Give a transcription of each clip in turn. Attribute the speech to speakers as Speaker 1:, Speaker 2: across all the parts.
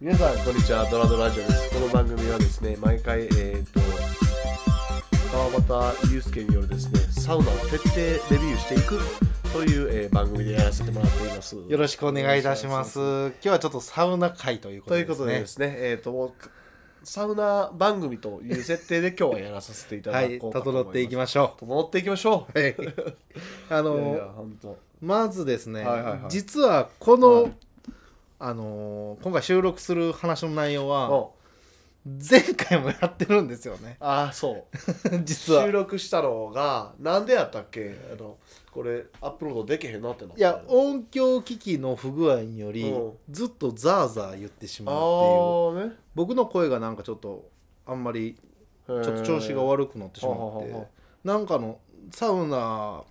Speaker 1: 皆さんこんにちはドラドラジオですこの番組はですね毎回えっ、と川端祐介によるですねサウナを徹底レビューしていくという、えー番組でやらせてもらっています
Speaker 2: よろしくお願いいたします。今日はちょっとサウナ会ということ
Speaker 1: とい
Speaker 2: で
Speaker 1: う
Speaker 2: で
Speaker 1: こ
Speaker 2: す
Speaker 1: とで
Speaker 2: ね
Speaker 1: で。すねえっ、ともうサウナ番組という設定で今日はやらさせていた
Speaker 2: は
Speaker 1: だ
Speaker 2: い、
Speaker 1: こうかと思い
Speaker 2: 整
Speaker 1: ます
Speaker 2: っていきましょ
Speaker 1: 整っていきましょ
Speaker 2: う。はい。 あ
Speaker 1: う
Speaker 2: の
Speaker 1: いやいや本当
Speaker 2: まずですね、
Speaker 1: はいはいはい
Speaker 2: 実はこの、
Speaker 1: はい
Speaker 2: あの今回収録する話の内容は
Speaker 1: お
Speaker 2: 前回もやってるんですよね。
Speaker 1: ああそう
Speaker 2: 実は
Speaker 1: 収。録したのがなんでやったっけあのこれアップロードできへんなってなった
Speaker 2: いや音響機器の不具合により
Speaker 1: うん
Speaker 2: ずっとザーザー言ってし
Speaker 1: あ
Speaker 2: まうっていう
Speaker 1: ーね
Speaker 2: 僕の声がなんかちょっとあんまり
Speaker 1: ちょ
Speaker 2: ちょっと調子が悪くなってしま
Speaker 1: はは
Speaker 2: っ
Speaker 1: はは
Speaker 2: てなんかのサウナ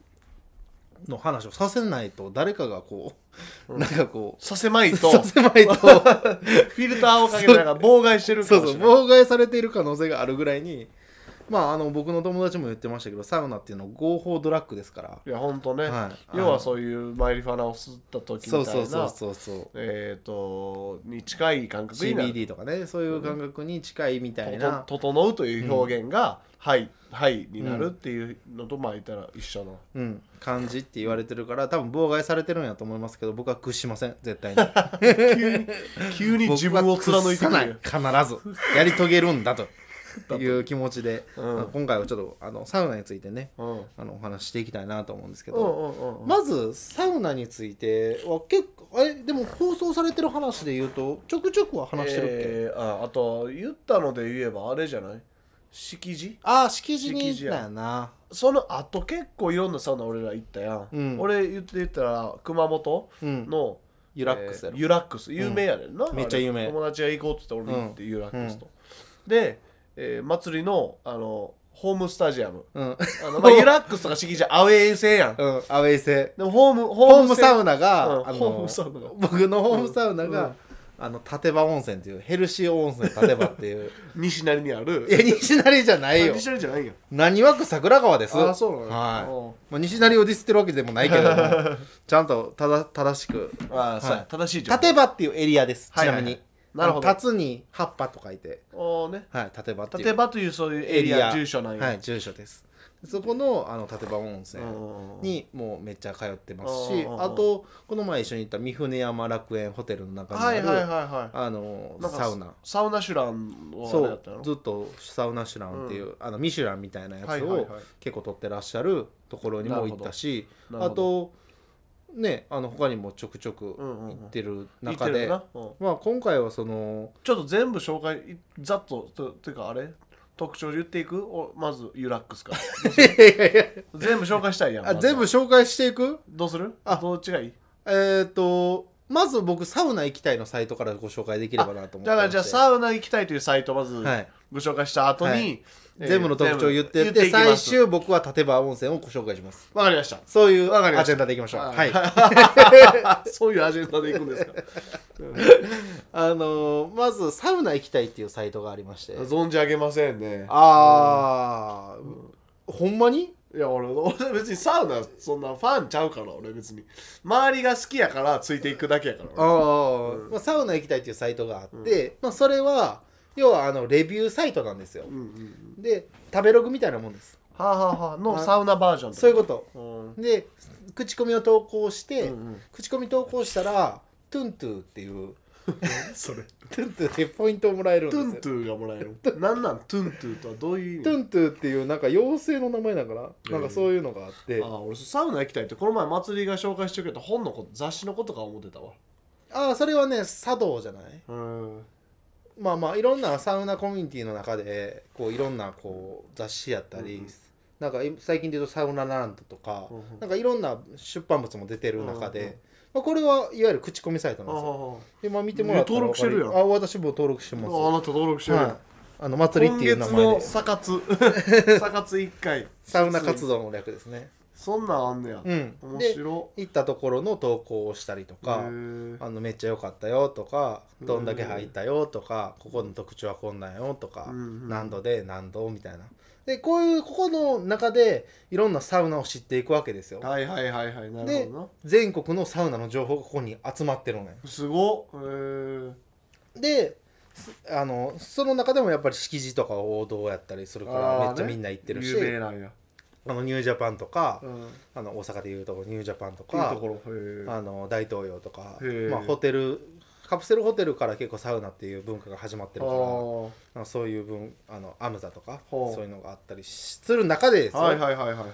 Speaker 2: の話をさせないと誰かがこ
Speaker 1: う
Speaker 2: うんなんかこ
Speaker 1: させ まいうと
Speaker 2: さ
Speaker 1: フ
Speaker 2: せまいとそう
Speaker 1: ィルターをかけてなんか妨害してるか
Speaker 2: そう
Speaker 1: もしれない
Speaker 2: 妨害されている可能性があるぐらいにまああの僕の友達も言ってましたけどサウナっていうのは合法ドラッグですから
Speaker 1: いやほんとね、
Speaker 2: はい
Speaker 1: 要は
Speaker 2: う
Speaker 1: そういうマイリファナを吸った時
Speaker 2: そ
Speaker 1: み
Speaker 2: う
Speaker 1: たい
Speaker 2: そうそう
Speaker 1: な
Speaker 2: そうそう
Speaker 1: えっ、とに近い感覚になる
Speaker 2: CBD とかねそういう感覚に近いみたいな
Speaker 1: とと整うという表現が「はい」はいになるっていうのとまあ言ったら一緒の
Speaker 2: うん、感じって言われてるから多分妨害されてるんやと思いますけど僕は屈しません絶対に
Speaker 1: 急に急 に自分を貫いてくれる
Speaker 2: 僕は屈さない必ずやり遂げるんだという気持ちで、
Speaker 1: うん
Speaker 2: まあ今回はちょっとあのサウナについてね
Speaker 1: うんうん
Speaker 2: あのお話ししていきたいなと思うんですけ
Speaker 1: う
Speaker 2: ど、
Speaker 1: んうんうん
Speaker 2: まずサウナについては結構あれでも放送されてる話で言うとちょくちょくは話してるっけ、
Speaker 1: えーああと言ったので言えばあれじゃない敷地
Speaker 2: ああ敷地
Speaker 1: 敷
Speaker 2: に
Speaker 1: 地
Speaker 2: だ
Speaker 1: や
Speaker 2: よな
Speaker 1: そのあと結構いろんなサウナ俺ら行ったやん、
Speaker 2: うん
Speaker 1: 俺言って言ったら熊本
Speaker 2: うん
Speaker 1: の、
Speaker 2: ユラックスやろ、
Speaker 1: えーユラックス有名やねんな、
Speaker 2: んめっちゃ有名
Speaker 1: あれ友達が行こうって言って俺に行って、ユラックスと、で、えー祭りのあのホームスタジアム
Speaker 2: うん、
Speaker 1: あの、まあ、ユラックスとか敷地アウェー制やんで
Speaker 2: うん、 アウェイ制
Speaker 1: もホームホ
Speaker 2: ホーム
Speaker 1: ナ
Speaker 2: サウナが、
Speaker 1: うん
Speaker 2: あの
Speaker 1: ホームサウナが
Speaker 2: 僕のホームサウナが、
Speaker 1: うんうん
Speaker 2: あの立場温泉っていうヘルシー温泉立場っていう
Speaker 1: 西成にある
Speaker 2: いや西成じゃないよ
Speaker 1: あ西成じゃないよ
Speaker 2: 何枠桜川です
Speaker 1: ああそうなの
Speaker 2: はい
Speaker 1: うん
Speaker 2: まあ、西成をディスってるわけでもないけれど もちゃんとただ正しく
Speaker 1: ああそうや正しい情報
Speaker 2: 立場っていうエリアですち
Speaker 1: はい
Speaker 2: な
Speaker 1: はい
Speaker 2: みに、
Speaker 1: なるほど
Speaker 2: あの立つに葉っぱと書いて
Speaker 1: おーね
Speaker 2: はい立場っていう
Speaker 1: 立場というそういうエリア住所なんや、
Speaker 2: はい住所ですそこのあの立場温泉
Speaker 1: うん
Speaker 2: にもうめっちゃ通ってますし
Speaker 1: うんうんうん
Speaker 2: あとこの前一緒に行った三船山楽園ホテルの中にあ
Speaker 1: は
Speaker 2: る、
Speaker 1: いはいはいはい
Speaker 2: あの
Speaker 1: なんか
Speaker 2: サウナ
Speaker 1: サウナシュランをあ
Speaker 2: そ
Speaker 1: れやっ
Speaker 2: う
Speaker 1: たの
Speaker 2: ずっとサウナシュランっていう、あのミシュランみたいなや
Speaker 1: はい
Speaker 2: つ
Speaker 1: はいは
Speaker 2: を
Speaker 1: い
Speaker 2: 結構取ってらっしゃるところにも行ったし
Speaker 1: なるほ
Speaker 2: あとねあの他にもちょくちょく
Speaker 1: うんうんうん
Speaker 2: 行ってる
Speaker 1: 行って
Speaker 2: 中
Speaker 1: る
Speaker 2: で、
Speaker 1: な、うん
Speaker 2: まあ、今回はその
Speaker 1: ちょっと全部紹介いざっととてかあれ特徴言っていくおまずユラックスから 全部紹介したいやん
Speaker 2: あ
Speaker 1: まず
Speaker 2: 全部紹介していく
Speaker 1: どうする
Speaker 2: あ
Speaker 1: どっちがいい
Speaker 2: えっ、とまず僕サウナ行きたいのサイトからご紹介できればなと思って
Speaker 1: だからじゃあ
Speaker 2: ウ
Speaker 1: サウナ行きたいというサイトをまず
Speaker 2: はい
Speaker 1: ご紹介した後に、
Speaker 2: はい
Speaker 1: えー
Speaker 2: 全部の特徴を言ってって
Speaker 1: きま
Speaker 2: 最
Speaker 1: す
Speaker 2: 終僕は立場温泉をご紹介します
Speaker 1: わかりました
Speaker 2: そういう
Speaker 1: わかりました
Speaker 2: アジェンダでいきましょう
Speaker 1: はい
Speaker 2: はい
Speaker 1: そういうアジェンダでいくんですか
Speaker 2: あのーまずサウナ行きたいっていうサイトがありまして
Speaker 1: 存じ上げませんね
Speaker 2: ああ、ほんまに
Speaker 1: いや俺俺別にサウナそんなファンちゃうから俺別に周りが好きやからついていくだけやから
Speaker 2: あ
Speaker 1: 俺
Speaker 2: あ、まあ、サウナ行きたいっていうサイトがあって、まあ、それは要はあのレビューサイトなんですよ
Speaker 1: うんうんうん
Speaker 2: で食べログみたいなもんです
Speaker 1: はあ、はあはあ、のサウナバージョン
Speaker 2: そういう
Speaker 1: こ
Speaker 2: こと
Speaker 1: とうん
Speaker 2: で口コミを投稿して、
Speaker 1: うんうん
Speaker 2: 口コミ投稿したらトゥントゥっていう
Speaker 1: それ
Speaker 2: トゥントゥってポイントをもらえるんで
Speaker 1: ト
Speaker 2: すよ
Speaker 1: ゥントゥがもらえるなんなんトゥントゥとはどういう意味
Speaker 2: トゥントゥっていうなんか妖精の名前だから、なんかそういうのがあって
Speaker 1: あ俺サウナ行きたいってこの前祭りが紹介してくれた本のこと雑誌のことか思ってたわ
Speaker 2: ああそれはね茶道じゃない
Speaker 1: うん
Speaker 2: まあまあいろんなサウナコミュニティの中でこういろんなこう雑誌やったり、
Speaker 1: うん
Speaker 2: なんかい最近で言うとサウナランドとか、
Speaker 1: うんうん
Speaker 2: なんかいろんな出版物も出てる中で、
Speaker 1: うんうん
Speaker 2: まあ、これはいわゆる口コミサイトなんですよ。
Speaker 1: あ
Speaker 2: でまあ見てもらったら
Speaker 1: 登録してるやん
Speaker 2: わかあ私も登録してます。
Speaker 1: ああなた登録してる、
Speaker 2: はい、あの祭りっていう名
Speaker 1: 今月
Speaker 2: 前
Speaker 1: の
Speaker 2: で
Speaker 1: サカツサカツ1回
Speaker 2: サウナ活動の略ですね。
Speaker 1: そんなんあんねや、
Speaker 2: うん、
Speaker 1: 面
Speaker 2: で
Speaker 1: 白
Speaker 2: 行ったところの投稿をしたりと
Speaker 1: へ
Speaker 2: か。
Speaker 1: ー
Speaker 2: あのめっちゃ良かったよとかどんだけ入ったよとかここの特徴はこんなんよとか
Speaker 1: うんうん
Speaker 2: 何度で何度みたいなでこういうここの中でいろんなサウナを知っていくわけですよ
Speaker 1: はいはいはいはいなる
Speaker 2: で
Speaker 1: ほど
Speaker 2: 全国のサウナの情報がここに集まってるのよ
Speaker 1: なすごっへえ
Speaker 2: ですあのその中でもやっぱり敷地とか王道やったりするから
Speaker 1: あー
Speaker 2: めっちゃ
Speaker 1: ね
Speaker 2: みんな行ってるし、
Speaker 1: 有名なんや、
Speaker 2: あのニュージャパンとか、
Speaker 1: うん、いい
Speaker 2: あの大阪でいうとこニュージャパンとか
Speaker 1: ところへえ
Speaker 2: あの大東洋とか
Speaker 1: へ、ー
Speaker 2: まあ、ホテルカプセルホテルから結構サウナっていう文化が始まってるから
Speaker 1: は
Speaker 2: なんかそういう分あのアムザとか
Speaker 1: ほう
Speaker 2: そういうのがあったりしする中でです
Speaker 1: あ
Speaker 2: よ
Speaker 1: はいはいはいはいはいはい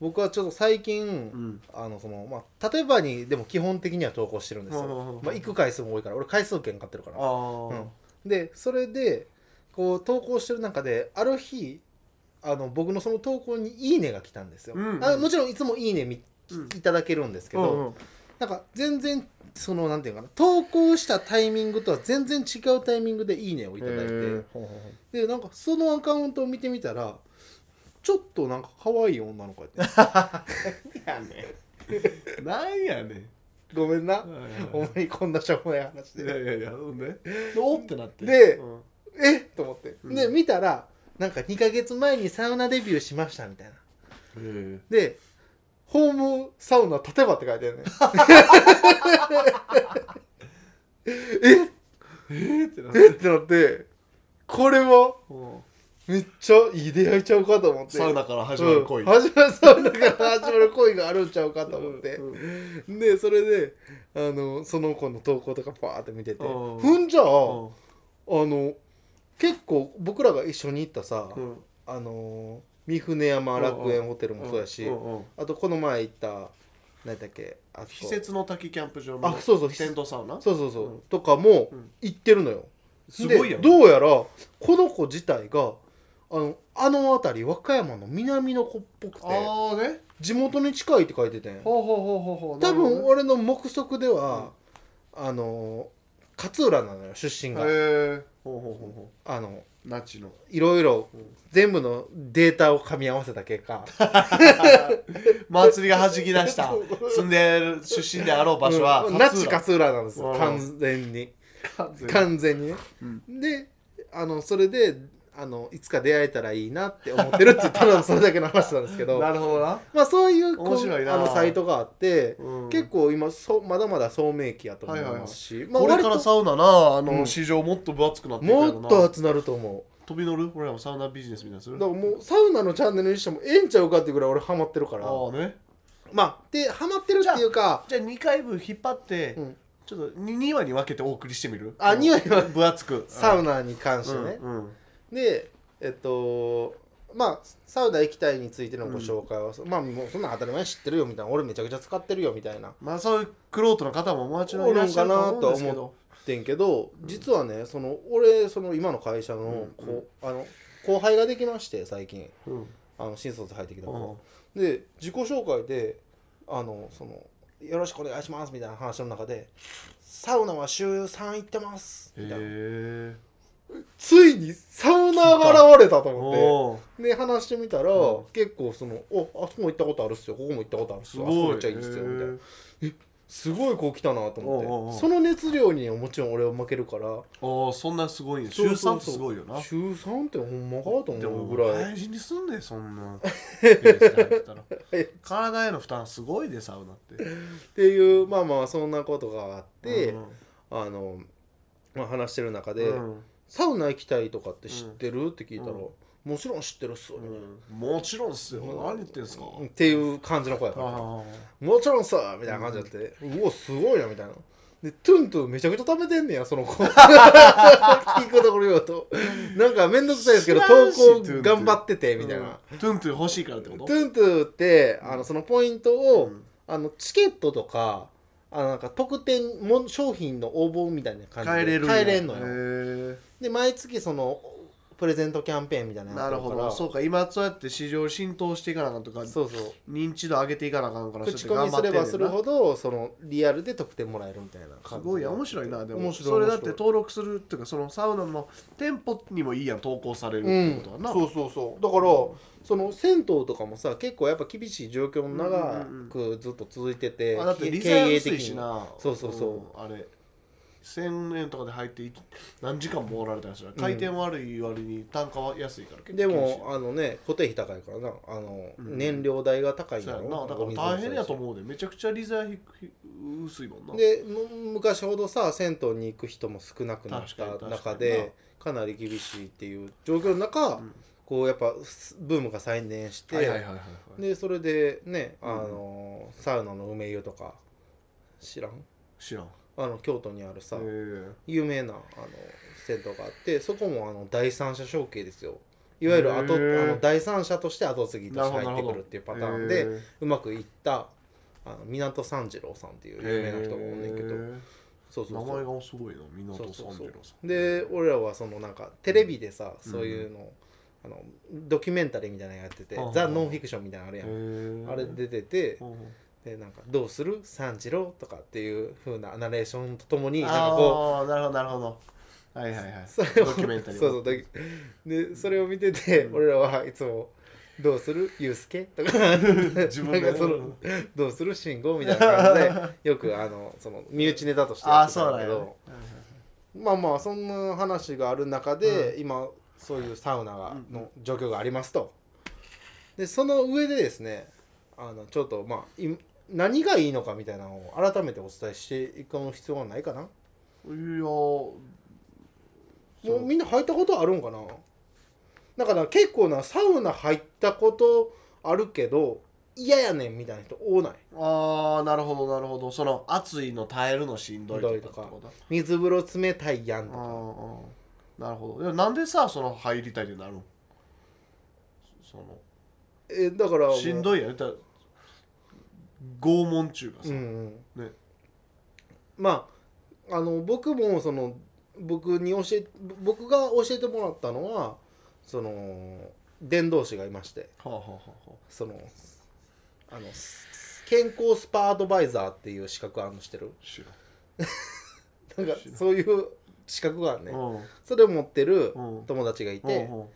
Speaker 2: 僕はちょっと最近、
Speaker 1: うん
Speaker 2: あのそのまあ、例えばにでも基本的には投稿してるんですよ、
Speaker 1: ほうほうほう
Speaker 2: まあ、行く回数も多いから俺回数券買ってるか
Speaker 1: あ
Speaker 2: ら、
Speaker 1: あ、
Speaker 2: うんでそれでこう投稿してる中である日あの僕のその投稿に「いいね」が来たんですよ、
Speaker 1: うんうん
Speaker 2: あもちろんいつも「いいねみ」
Speaker 1: うん
Speaker 2: いただけるんですけど、
Speaker 1: うんうん
Speaker 2: なんか全然そのなんていうかな投稿したタイミングとは全然違うタイミングで「いいね」をいただい
Speaker 1: へ
Speaker 2: て
Speaker 1: えほうほうほう
Speaker 2: でなんかそのアカウントを見てみたらちょっとなんか可愛い女の子やって
Speaker 1: なんやねん
Speaker 2: ごめんな
Speaker 1: はいはい
Speaker 2: お
Speaker 1: は
Speaker 2: 前にこんなしょうもない話
Speaker 1: いいや
Speaker 2: で
Speaker 1: いやいやほんででおってなって
Speaker 2: で
Speaker 1: うん
Speaker 2: えっと思って
Speaker 1: うん
Speaker 2: で見たらなんか2ヶ月前にサウナデビューしましたみたいな
Speaker 1: へ
Speaker 2: で「ホームサウナ立てば」って書いてあるね
Speaker 1: ええってなっ て
Speaker 2: えってなってこれは
Speaker 1: うん
Speaker 2: めっちゃいい出会いちゃうかと思って
Speaker 1: サウナから始まる恋
Speaker 2: うん始まるサウナから始まる恋があるんちゃうかと思って
Speaker 1: うんうん
Speaker 2: でそれであのその子の投稿とかパーって見てて
Speaker 1: うん
Speaker 2: ふんじゃああ
Speaker 1: うん
Speaker 2: の結構僕らが一緒に行ったさ、
Speaker 1: うん
Speaker 2: あの三船山楽園ホテルもそうやし、
Speaker 1: んうん
Speaker 2: あとこの前行った何だっけあそこ
Speaker 1: 季節の滝キャンプ場の
Speaker 2: あそうそう
Speaker 1: テントサウナ
Speaker 2: そうそうそう、
Speaker 1: うん
Speaker 2: とかも
Speaker 1: うん
Speaker 2: 行ってるのよ、
Speaker 1: すごいやん
Speaker 2: でどうやらこの子自体があのあの辺り和歌山の南の子っぽくて
Speaker 1: ああね
Speaker 2: 地元に近いって書いててん
Speaker 1: ほうほうほうほうほう
Speaker 2: 多
Speaker 1: なる
Speaker 2: 分
Speaker 1: ほ
Speaker 2: 俺の目測では、あの勝浦なのよ出身
Speaker 1: ど
Speaker 2: が、
Speaker 1: ねへえほうほうほうほ
Speaker 2: あの
Speaker 1: うナチの
Speaker 2: いろいろ
Speaker 1: うん
Speaker 2: 全部のデータを噛み合わせた結果
Speaker 1: 祭りが弾き出した 住んでる出身であろう場所は
Speaker 2: うん那智
Speaker 1: 勝
Speaker 2: 勝浦なんですよ
Speaker 1: うん
Speaker 2: 完全に
Speaker 1: 浦完全に
Speaker 2: 完全にね、
Speaker 1: うん
Speaker 2: であのそれであのいつか出会えたらいいなって思ってるって言った らそれだけの話なんですけど
Speaker 1: なるほどな
Speaker 2: まあそういうこう
Speaker 1: 面白いな
Speaker 2: あのサイトがあって、
Speaker 1: うん
Speaker 2: 結構今そうまだまだ聡明期やと思いますし、まあ
Speaker 1: これから
Speaker 2: 割と
Speaker 1: サウナなあ
Speaker 2: う
Speaker 1: の
Speaker 2: ん
Speaker 1: 市場もっと分厚くなっていくや
Speaker 2: も
Speaker 1: ろ
Speaker 2: っ
Speaker 1: な
Speaker 2: と熱なると思
Speaker 1: 飛び乗る俺らもサウナビジネスみたいなのす
Speaker 2: う
Speaker 1: る
Speaker 2: だからもうサウナのチャンネルにしてもええんちゃうかっていうぐらい俺ハマってるから
Speaker 1: ああね
Speaker 2: まあでハマってるっていうか
Speaker 1: じゃあ2回分引っ張って
Speaker 2: うん
Speaker 1: ちょっと 2, 話に分けてお送りしてみる
Speaker 2: あ二話に分け
Speaker 1: 分厚く
Speaker 2: サウ
Speaker 1: ナ
Speaker 2: ナに関してね、
Speaker 1: うんうん
Speaker 2: でえっとまあサウナ液体についてのご紹介は、まあもうそんなん当たり前に知ってるよみたいな俺めちゃくちゃ使ってるよみたいな
Speaker 1: まあそういうクロートの方ももちろんいらっしゃると思うんですけ
Speaker 2: おるんかなとは
Speaker 1: ど
Speaker 2: ってんけど実はねその俺その今の会社の,、
Speaker 1: う
Speaker 2: こ
Speaker 1: ん
Speaker 2: う
Speaker 1: うん
Speaker 2: あの後輩ができまして最近
Speaker 1: うん
Speaker 2: あの新卒入ってきた
Speaker 1: う
Speaker 2: 子
Speaker 1: ん
Speaker 2: がで自己紹介であのその「よろしくお願いします」みたいな話の中で「サウナは週3行ってます」みたい
Speaker 1: へ
Speaker 2: な
Speaker 1: え
Speaker 2: ついにサウナが現れたと思って。
Speaker 1: おー
Speaker 2: で話してみたら、
Speaker 1: うん
Speaker 2: 結構その「おあそこも行ったことあるっすよここも行ったことあるっす
Speaker 1: す
Speaker 2: よあそこ
Speaker 1: ご
Speaker 2: め
Speaker 1: い
Speaker 2: っちゃいいっすよ」みたい
Speaker 1: へ
Speaker 2: な
Speaker 1: ー
Speaker 2: すごいこう来たなと思って
Speaker 1: おうおうおう
Speaker 2: その熱量にはもちろん俺は負けるから
Speaker 1: ああそんなすごいね週3
Speaker 2: そうそう
Speaker 1: って
Speaker 2: そう
Speaker 1: すごいよな
Speaker 2: 週3ってほんまかと
Speaker 1: でも
Speaker 2: 思うぐらい
Speaker 1: 大事にすんねそん なペースでやってたら体への負担すごいでサウナって
Speaker 2: っていうまあまあそんなことがあって、
Speaker 1: うん
Speaker 2: あの、まあ、話してる中で、
Speaker 1: うん
Speaker 2: サウナ行きたいとかって知ってる?」って聞いたら、
Speaker 1: うん
Speaker 2: もちろん知ってるっすよ」みたいな
Speaker 1: うんもちろんっすよ何言ってんすか
Speaker 2: っていう感じの声だから
Speaker 1: あ
Speaker 2: もちろんさみたいな感じになって、うおすごいなみたいなでトゥントゥンめちゃくちゃ食べてんねやそ の子聞くところよとなんかめんどくさいですけど
Speaker 1: 知ら
Speaker 2: 投
Speaker 1: んし
Speaker 2: 稿
Speaker 1: トゥントゥン
Speaker 2: 頑張ってて
Speaker 1: あ
Speaker 2: みたいな、
Speaker 1: トゥントゥン欲しいからってこ
Speaker 2: ト
Speaker 1: と
Speaker 2: ゥントゥンってあのそのポイントを、
Speaker 1: うん
Speaker 2: あのチケットとかあのなんか特典も商品の応募みたいな感じ
Speaker 1: 帰れ
Speaker 2: で
Speaker 1: るんや
Speaker 2: 帰れんのよ
Speaker 1: へ
Speaker 2: で毎月そのプレゼントキャンペーンみたいな
Speaker 1: え
Speaker 2: のやっ
Speaker 1: な
Speaker 2: て
Speaker 1: る
Speaker 2: るか
Speaker 1: ほ
Speaker 2: ら
Speaker 1: どそうか今そうやって市場浸透していかなあかんとか
Speaker 2: そうそう
Speaker 1: 認知度上げていかなあかんから
Speaker 2: 口
Speaker 1: そうや
Speaker 2: コ
Speaker 1: って
Speaker 2: ミ
Speaker 1: 頑張
Speaker 2: す
Speaker 1: って
Speaker 2: れ
Speaker 1: んねん
Speaker 2: ば
Speaker 1: な
Speaker 2: するほどそのリアルで得点もらえるみたいな
Speaker 1: す
Speaker 2: 感じ
Speaker 1: ごいや面白いなでも
Speaker 2: 面白い
Speaker 1: それだ
Speaker 2: 面
Speaker 1: って
Speaker 2: 白い
Speaker 1: 登録するっていうかそのサウナの店舗にもいいやん投稿されるってことはな、
Speaker 2: そうそうそうだからその銭湯とかもさ結構やっぱ厳しい状況も長くずっと続いてて、
Speaker 1: あだって
Speaker 2: 経
Speaker 1: 利ザ
Speaker 2: 営
Speaker 1: 安
Speaker 2: 的
Speaker 1: いし
Speaker 2: に
Speaker 1: な
Speaker 2: そうそうそうん
Speaker 1: あれ1000円とかで入ってい何時間もおられたりする回転悪い割に単価は安いから
Speaker 2: で
Speaker 1: 厳しい
Speaker 2: もあのね固定費高いからなあの、
Speaker 1: うん
Speaker 2: 燃料代が高い
Speaker 1: そうや
Speaker 2: ろ
Speaker 1: んなだから大変やと思うでめちゃくちゃリザー薄いもんな
Speaker 2: でむ昔ほどさ銭湯に行く人も少なくなっ
Speaker 1: 確かに確か
Speaker 2: た
Speaker 1: に
Speaker 2: 中でかなり厳しいっていう状況の中、
Speaker 1: ん
Speaker 2: こうやっぱすブームが再燃して、
Speaker 1: はいはいはいはいはい
Speaker 2: でそれでねあ
Speaker 1: ん
Speaker 2: の、サウナの梅湯とか知らん
Speaker 1: 知らんへ
Speaker 2: あの京都にあるさ、
Speaker 1: え
Speaker 2: 有名なあの銭湯があってそこもあの第三者承継ですよいわゆる後あ
Speaker 1: へー
Speaker 2: の第三者として後継ぎと
Speaker 1: なる
Speaker 2: して
Speaker 1: ほど
Speaker 2: 入
Speaker 1: な
Speaker 2: っ
Speaker 1: るほど
Speaker 2: てくるっていうパターンで
Speaker 1: へえ
Speaker 2: うまくいったあの港三次郎さんっていう有名な人がおんねんけど
Speaker 1: へえ
Speaker 2: そうそう
Speaker 1: 名
Speaker 2: そう
Speaker 1: 前がすごいな
Speaker 2: そ
Speaker 1: 港
Speaker 2: うそう
Speaker 1: 三
Speaker 2: そ
Speaker 1: 次
Speaker 2: う
Speaker 1: 郎さん
Speaker 2: で俺らはそのなんかテレビでさ、そういうのあのドキュメンタリーみたいなのやってて、
Speaker 1: はあはあ
Speaker 2: ザ・ノンフィクションみたいなのあるやん、
Speaker 1: へえ
Speaker 2: あれ出てて
Speaker 1: う、ん
Speaker 2: でなんか「どうする三次郎」とかっていう風なナレーションとともになんかこ
Speaker 1: あ
Speaker 2: う
Speaker 1: あなるほどなるほどはいはいはい
Speaker 2: それを
Speaker 1: ドキュメンタリー
Speaker 2: そうそうドキでそれを見てて、俺らはいつも「どうするユうスケ?」とか
Speaker 1: 自分で
Speaker 2: なんかその「どうする慎吾?」みたいな感じでよくあのその身内ネタとして
Speaker 1: あ
Speaker 2: や
Speaker 1: あ
Speaker 2: って
Speaker 1: そう
Speaker 2: た
Speaker 1: な
Speaker 2: んだ
Speaker 1: ん
Speaker 2: け
Speaker 1: や
Speaker 2: ど、
Speaker 1: ね
Speaker 2: まあまあそんな話がある中で、
Speaker 1: う
Speaker 2: 今そういうサウナが
Speaker 1: うん
Speaker 2: の状況がありますと。でその上でですねあのちょっとまあい何がいいのかみたいなのを改めてお伝えしていく必要はないかない
Speaker 1: やー
Speaker 2: もうみんな入ったことあるんかなだから結構なサウナ入ったことあるけど嫌やねんみたいな人多ない
Speaker 1: ああなるほどなるほどその暑いの耐えるのしんどいとかって
Speaker 2: しんどい
Speaker 1: こと
Speaker 2: 水風呂冷たいやんと
Speaker 1: あ
Speaker 2: か
Speaker 1: あなるほどでもなんでさその入りたいってなるんその
Speaker 2: えだからもう
Speaker 1: しんどいやんだから拷問中がさ、
Speaker 2: うんうん
Speaker 1: ね
Speaker 2: まああの僕もその僕に教え僕が教えてもらったのはその伝道師がいまして
Speaker 1: はあはあはあは
Speaker 2: そのあの健康スパアドバイザーっていう資格あるのしてる
Speaker 1: あ知らん
Speaker 2: なんかそういう資格があるね
Speaker 1: うん
Speaker 2: それを持ってる
Speaker 1: うん
Speaker 2: 友達がいて、
Speaker 1: うんうん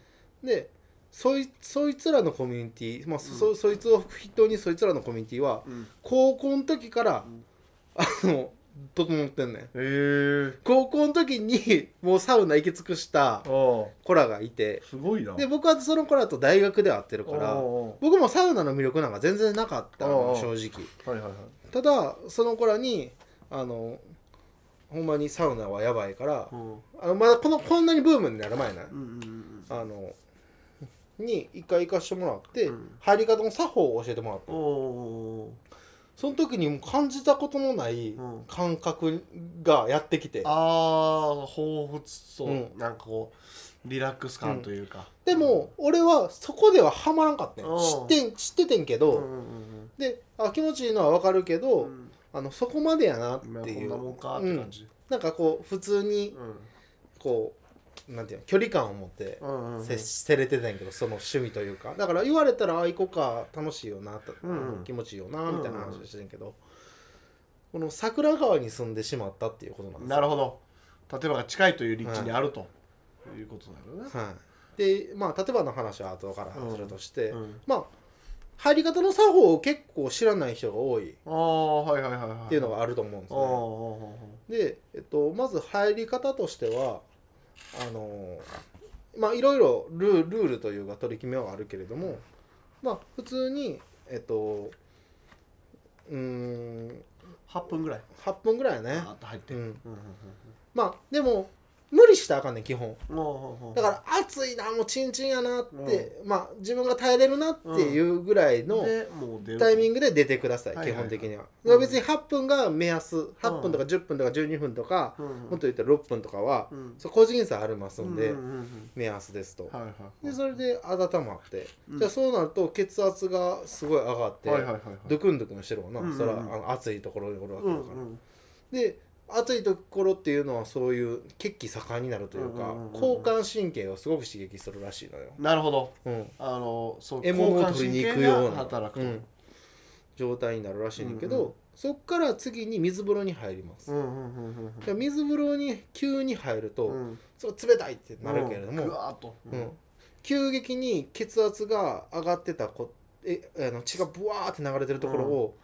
Speaker 2: でそいそいつらのコミュニティ、
Speaker 1: う
Speaker 2: まあ
Speaker 1: ん
Speaker 2: そそいつを筆頭にそいつらのコミュニティは
Speaker 1: うん
Speaker 2: 高校の時から、
Speaker 1: うん
Speaker 2: あの整ってんねん
Speaker 1: ええ
Speaker 2: 高校の時にもうサウナ行き尽くした
Speaker 1: あ
Speaker 2: 子らがい
Speaker 1: あ
Speaker 2: て
Speaker 1: すごいな
Speaker 2: で僕はその子らと大学で会ってるか
Speaker 1: おう
Speaker 2: ら
Speaker 1: おう
Speaker 2: 僕もサウナの魅力なんか全然なかった
Speaker 1: おうお
Speaker 2: の
Speaker 1: う
Speaker 2: 正直
Speaker 1: はいはいはい
Speaker 2: ただその子らにあのほんまにサウナはやばいから
Speaker 1: うん
Speaker 2: あのまだこのこんなにブームになる前な
Speaker 1: うんうんうん
Speaker 2: あのに一回行かしてもらって、
Speaker 1: うん
Speaker 2: 入り方の作法を教えてもらっ
Speaker 1: お
Speaker 2: た
Speaker 1: うおうおう
Speaker 2: その時にもう感じたことのない
Speaker 1: うん
Speaker 2: 感覚がやってきて、
Speaker 1: ああ彷彿と、
Speaker 2: う
Speaker 1: なんかこうリラックス感というか、
Speaker 2: でも俺はそこではハマらんかったん
Speaker 1: う
Speaker 2: よ
Speaker 1: ん
Speaker 2: 知ってん知っててんけ
Speaker 1: う
Speaker 2: ど、
Speaker 1: んうん
Speaker 2: であ気持ちいいのはわかるけ
Speaker 1: う
Speaker 2: ど、
Speaker 1: ん
Speaker 2: あのそこまでやなっ
Speaker 1: うんまあ
Speaker 2: て
Speaker 1: こ
Speaker 2: い
Speaker 1: ん
Speaker 2: う、
Speaker 1: なもんかって感じ、
Speaker 2: なんかこう普通に
Speaker 1: うん
Speaker 2: こうなんていうの距離感を持って
Speaker 1: うんうんうん
Speaker 2: 接せれてたんやけどその趣味というかだから言われたらあ行こうか楽しいよなと、
Speaker 1: うんうん
Speaker 2: 気持ちいいよなみたいな話をしてんけど、この桜川に住んでしまったっていうことなんです
Speaker 1: なるほど立場が近いという立地にあると、い、うことだよね、
Speaker 2: はい、でまあ立場の話は後からするとして、
Speaker 1: うん、
Speaker 2: まあ入り方の作法を結構知らない人が多いっ
Speaker 1: ああはいはいはいはい
Speaker 2: ていうの
Speaker 1: が
Speaker 2: があると思うんで
Speaker 1: あ
Speaker 2: すね、
Speaker 1: あ
Speaker 2: で、えっと、まず入り方としてはあのまあいろいろルールールというか取り決めはあるけれどもまあ普通にえっとうーん
Speaker 1: 8分ぐらい
Speaker 2: 8分ぐらいやね
Speaker 1: あっと入って、
Speaker 2: うん
Speaker 1: うんうん
Speaker 2: まあでも無理したらあかんねん基本
Speaker 1: うんうん、
Speaker 2: だから暑いなもうチンチンやなって、まあ自分が耐えれるなっていうぐらいの
Speaker 1: でもう出る
Speaker 2: タイミ
Speaker 1: ン
Speaker 2: ングで出てください、
Speaker 1: はいはい
Speaker 2: 基
Speaker 1: はい
Speaker 2: 本的には、
Speaker 1: うん
Speaker 2: 別に8分が目安8分とか10分とか12分とか、
Speaker 1: グ、うん
Speaker 2: もっと言ったら6分とかは、
Speaker 1: うん
Speaker 2: そう個人差ありますんで、
Speaker 1: うんうんうん
Speaker 2: 目安ですと、
Speaker 1: はいはい
Speaker 2: でそれで温まって、
Speaker 1: うん
Speaker 2: じゃあそうなると血圧がすごい上がって、
Speaker 1: はいはいはいはい
Speaker 2: ドクンドクンしてるわな、
Speaker 1: うんうんうん
Speaker 2: それはあの暑いところにおるわけ
Speaker 1: う
Speaker 2: だ
Speaker 1: ん
Speaker 2: から、
Speaker 1: うん
Speaker 2: で暑いところっていうのはそういう血気盛んになるというか、
Speaker 1: うんうんうんうん
Speaker 2: 交感神経をすごく刺激するらしいのよ、
Speaker 1: なるほど
Speaker 2: うん、
Speaker 1: あのそう
Speaker 2: 獲物を取りに行くような
Speaker 1: 交感神経が働くと、
Speaker 2: うん状態になるらしいねんけ
Speaker 1: うんう
Speaker 2: ど、そっから次に水風呂に入ります、
Speaker 1: うんうんうんうん
Speaker 2: で水風呂に急に入ると、
Speaker 1: うん
Speaker 2: それ冷たいってなるけれども、
Speaker 1: うんぐわーっと、
Speaker 2: うん、急激に血圧が上がってたこえあの血がブワーって流れてるところを、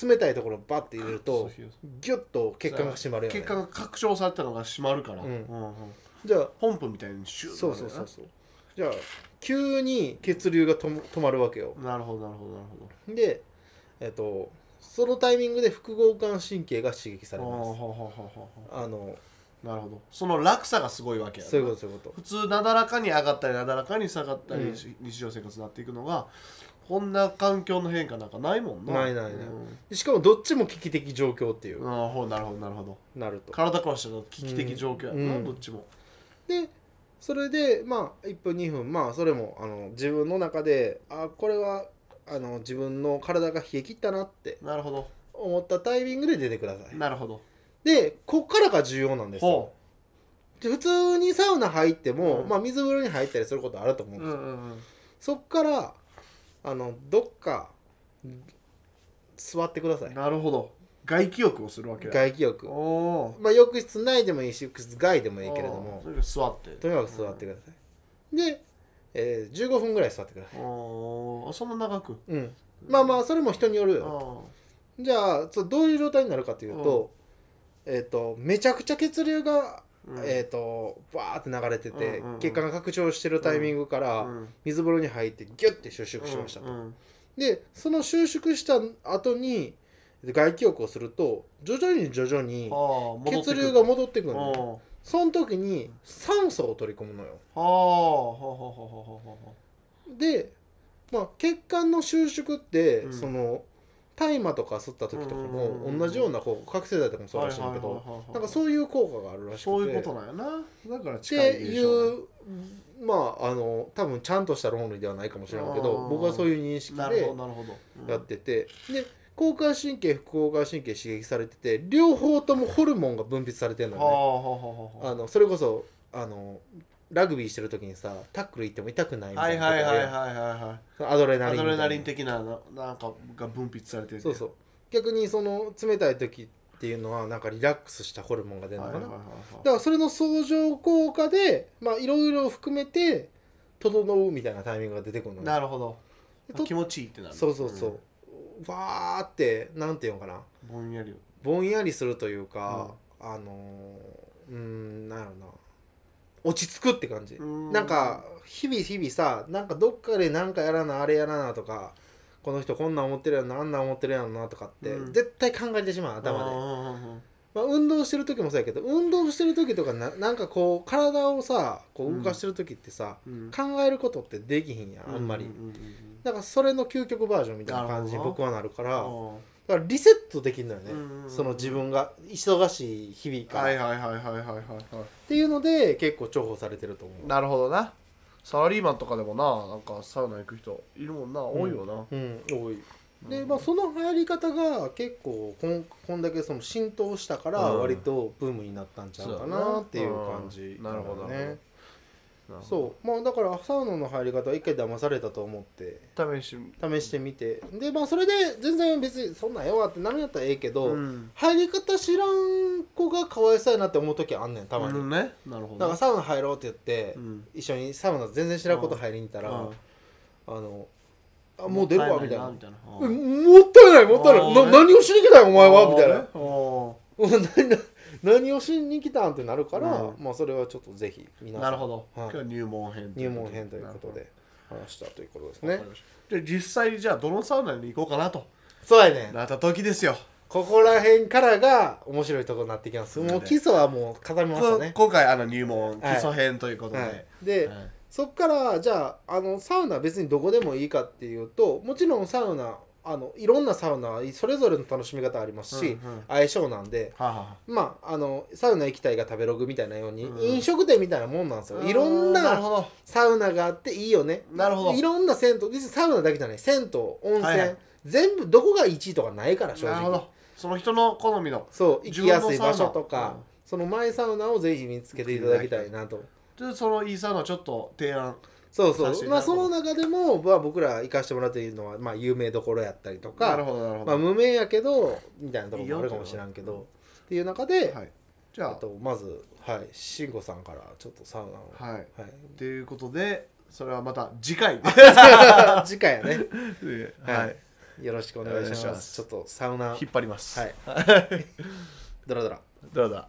Speaker 2: 冷たいところをバッて入れると
Speaker 1: そう
Speaker 2: ギュッと血管が締まるよ、ね、
Speaker 1: 血管が拡張されたのが締まるから、
Speaker 2: うん
Speaker 1: うんうん
Speaker 2: じゃあ
Speaker 1: ポンプみたいにシューッ
Speaker 2: そうそう
Speaker 1: なる
Speaker 2: そ
Speaker 1: よ
Speaker 2: うそうじゃあ急に血流がとも止まるわけよ
Speaker 1: ななるほどなるほどなるほど
Speaker 2: でえっとそのタイミングで副交感神経が刺激され
Speaker 1: ほ
Speaker 2: ま
Speaker 1: うほ
Speaker 2: す
Speaker 1: うほうほうほうほ
Speaker 2: あの
Speaker 1: うなるほどその落差がすごいわけやな
Speaker 2: そういうことそういうこと
Speaker 1: 普通なだらかに上がったりなだらかに下がったり、
Speaker 2: うん
Speaker 1: し日常生活になっていくのがこんな環境の変化なんかないもんな
Speaker 2: ないないない
Speaker 1: うん
Speaker 2: でしかもどっちも危機的状況っていう
Speaker 1: ああほうなるほどなるほど
Speaker 2: なると
Speaker 1: 体壊したら危機的状況やな、
Speaker 2: うん
Speaker 1: どっちも
Speaker 2: でそれでまあ1分2分まあそれもあの自分の中であこれはあの自分の体が冷え切ったなって
Speaker 1: なるほど
Speaker 2: 思ったタイミングで出てください
Speaker 1: なるほど
Speaker 2: でこっからが重要なんですよ
Speaker 1: ほ
Speaker 2: で普通にサウナ入っても、
Speaker 1: うん
Speaker 2: まあ、水風呂に入ったりすることあると思う
Speaker 1: うんう
Speaker 2: ですよ、
Speaker 1: んうんうん
Speaker 2: そっからあのどっか座ってください
Speaker 1: なるほど外気浴をするわけだ
Speaker 2: 外気浴
Speaker 1: おお
Speaker 2: まあ浴室内でもいいし浴室外でもいいけれども
Speaker 1: とにかく座って
Speaker 2: とにかく座ってくださいで、えー15分ぐらい座ってください
Speaker 1: おーそんな長く
Speaker 2: うん、まあまあそれも人によるよ
Speaker 1: あ
Speaker 2: じゃあそうどういう状態になるかというと,、えっとめちゃくちゃ血流が、
Speaker 1: うん
Speaker 2: えっとバーって流れてて、
Speaker 1: うんうんうん
Speaker 2: 血管が拡張してるタイミングから、
Speaker 1: うん
Speaker 2: 水風呂に入ってギュッて収縮しましたと、
Speaker 1: うんうん
Speaker 2: でその収縮した後に外気浴をすると徐々に徐々に
Speaker 1: あー戻ってく
Speaker 2: 血
Speaker 1: る
Speaker 2: 流が戻ってくるのよ
Speaker 1: おー
Speaker 2: その時に酸素を取り込むのよ
Speaker 1: はあはあはあはあはあはあ
Speaker 2: で、まあ、血管の収縮って、
Speaker 1: うん
Speaker 2: その大麻とか吸った時とか
Speaker 1: うんうんう
Speaker 2: も
Speaker 1: ん
Speaker 2: 同じようなこう覚醒剤とかもそうらしいんだけ
Speaker 1: はいは
Speaker 2: ど
Speaker 1: いはいはいはい
Speaker 2: なんかそういう効果があるらしくて
Speaker 1: そういうことなんやなだから
Speaker 2: っ
Speaker 1: 近い
Speaker 2: て
Speaker 1: 現
Speaker 2: い
Speaker 1: 象
Speaker 2: うまああの多分ちゃんとした論理ではないかもしれないけ
Speaker 1: あ
Speaker 2: ど
Speaker 1: ー
Speaker 2: 僕はそういう認識
Speaker 1: なる
Speaker 2: で
Speaker 1: ほどなるほどうん
Speaker 2: やってて、で交感神経副交感神経刺激されてて両方ともホルモンが分泌されてるの
Speaker 1: は
Speaker 2: よ
Speaker 1: あは
Speaker 2: ね。
Speaker 1: あはあはあ
Speaker 2: あのそれこそあのラグビーしてる時にさタックル行っても痛くないみた
Speaker 1: はいい
Speaker 2: な
Speaker 1: はいはいはい
Speaker 2: と
Speaker 1: はいは
Speaker 2: こでアドレ
Speaker 1: い
Speaker 2: ナリン
Speaker 1: ア
Speaker 2: み
Speaker 1: ドレ
Speaker 2: たいな
Speaker 1: ナリン的なななんかが分泌されてる
Speaker 2: そうそう逆にその冷たい時っていうのはなんかリラックスしたホルモンが出るの
Speaker 1: は
Speaker 2: か
Speaker 1: い
Speaker 2: な、
Speaker 1: はいはいはい
Speaker 2: だからそれの相乗効果でまあいろいろ含めて整うみたいなタイミングが出てくるの
Speaker 1: な
Speaker 2: る
Speaker 1: るほど
Speaker 2: でと
Speaker 1: 気持ちいいってなる
Speaker 2: そうそうそう、わーってなんていうのかな
Speaker 1: うんぼんやり
Speaker 2: ぼんやりするというか、あのーうーんなんやろな落ち着くって感じ、
Speaker 1: うん
Speaker 2: なんか日々日々さなんかどっかでなんかやらなあれやらなとかこの人こんなん思ってるやろなあんなん思ってるやろなとかって、
Speaker 1: うん
Speaker 2: 絶対考えてしまう頭
Speaker 1: で
Speaker 2: で、まあ、運動してる時もそうやけど運動してる時とかななんかこう体をさこう動かしてる時ってさ、
Speaker 1: うん
Speaker 2: 考えることってできひんやんあんまり、
Speaker 1: ううんうん
Speaker 2: だからそれの究極バージョンみたいな感じに
Speaker 1: なるほど
Speaker 2: 僕はなるか
Speaker 1: う
Speaker 2: ら
Speaker 1: んうん
Speaker 2: だからリセットできるのよね、
Speaker 1: うんうんうん
Speaker 2: その自分が忙しい日々から、
Speaker 1: はい
Speaker 2: っ
Speaker 1: はいはいはいはいはいは
Speaker 2: ていうので結構重宝されてると思
Speaker 1: いなるほどなサラリーマンとかでもななんかサウナ行く人いるもんな多いよな
Speaker 2: う、うん、多いで、まあ、その流行り方が結構こんこんだけその浸透したから
Speaker 1: うん
Speaker 2: 割とブームになったんちゃうかなっていう感じ
Speaker 1: そうだなうん
Speaker 2: か
Speaker 1: なるほどなるほど
Speaker 2: そうまあだからサウナの入り方は一回騙されたと思って
Speaker 1: 試し
Speaker 2: 試してみてでまあそれで全然別にそんなんええわってなるんやったらええけど、
Speaker 1: うん
Speaker 2: 入り方知らん子がかわいそうやなって思う時あんねんたまに、
Speaker 1: うんねなるほど
Speaker 2: だからサウナ入ろうって言って、
Speaker 1: うん
Speaker 2: 一緒にサウナ全然知らんこと入りに行ったら、
Speaker 1: うん
Speaker 2: あのあもう出るわみたいな
Speaker 1: もったいな
Speaker 2: 「えもったいないもったいな
Speaker 1: あ
Speaker 2: い
Speaker 1: ー
Speaker 2: な何をしに来たんお
Speaker 1: お
Speaker 2: 前は」みたいな
Speaker 1: お
Speaker 2: 何な 何をしに来たんってなるから、
Speaker 1: うん
Speaker 2: まあそれはちょっとぜひ皆
Speaker 1: ー
Speaker 2: さん
Speaker 1: なるほど今
Speaker 2: はい
Speaker 1: 日は入門編
Speaker 2: 入門編ということで話したということです
Speaker 1: なるほ
Speaker 2: ね
Speaker 1: どわかりましたで実際じゃあどのサウナに行こうかなと
Speaker 2: そうやねん
Speaker 1: なった時ですよ
Speaker 2: ここら辺からが面白いところになってきます
Speaker 1: そうだ
Speaker 2: も
Speaker 1: ね
Speaker 2: う基礎はもう固めました
Speaker 1: こ
Speaker 2: ね
Speaker 1: 今回あの入門基
Speaker 2: はい
Speaker 1: 礎編ということで、
Speaker 2: はい、で、
Speaker 1: はい
Speaker 2: そっからじゃああのサウナ別にどこでもいいかっていうともちろんサウナあのいろんなサウナそれぞれの楽しみ方ありますし、
Speaker 1: うんうん
Speaker 2: 相性なんで
Speaker 1: はあは
Speaker 2: まああのサウナ行きたいが食べログみたいなように、
Speaker 1: うん
Speaker 2: 飲食店みたいなもんなんですよ
Speaker 1: あ
Speaker 2: いろん
Speaker 1: あーなるほ
Speaker 2: な
Speaker 1: ど
Speaker 2: サウナがあっていいよね
Speaker 1: なるほど
Speaker 2: いろんな銭湯別にサウナだけじゃない銭湯温泉、
Speaker 1: はいはい
Speaker 2: 全部どこが1位とかないから正直
Speaker 1: なるほどその人の好みの
Speaker 2: そう行
Speaker 1: 自
Speaker 2: き
Speaker 1: 分の
Speaker 2: やすい場所と
Speaker 1: サウナ
Speaker 2: か
Speaker 1: うん
Speaker 2: そのマイサウナをぜひ見つけていただきたいなと
Speaker 1: でそのいいサウナをちょっと提案
Speaker 2: そう
Speaker 1: さ
Speaker 2: そ
Speaker 1: せて
Speaker 2: う
Speaker 1: いた
Speaker 2: ま
Speaker 1: だ
Speaker 2: あ
Speaker 1: こ
Speaker 2: そうの中でも、まあ、僕ら行かしてもらっているのは、まあ、有名どころやったりと
Speaker 1: なる
Speaker 2: か
Speaker 1: ほどなるほど、
Speaker 2: まあ無名やけどみたいなところ
Speaker 1: いいよ
Speaker 2: もあるかもしれんけ
Speaker 1: うん
Speaker 2: どっていう中で、
Speaker 1: はいじ
Speaker 2: え
Speaker 1: ゃ
Speaker 2: っとまずはい慎吾さんからちょっとサウナを
Speaker 1: あはい
Speaker 2: はい
Speaker 1: と いうことでそれはまた次回
Speaker 2: 次回やね
Speaker 1: で
Speaker 2: は
Speaker 1: はいい
Speaker 2: よろしくお願いしま
Speaker 1: お願
Speaker 2: す
Speaker 1: いします
Speaker 2: ちょっとサウナ
Speaker 1: 引っ張ります
Speaker 2: はいドラドラ
Speaker 1: どうだ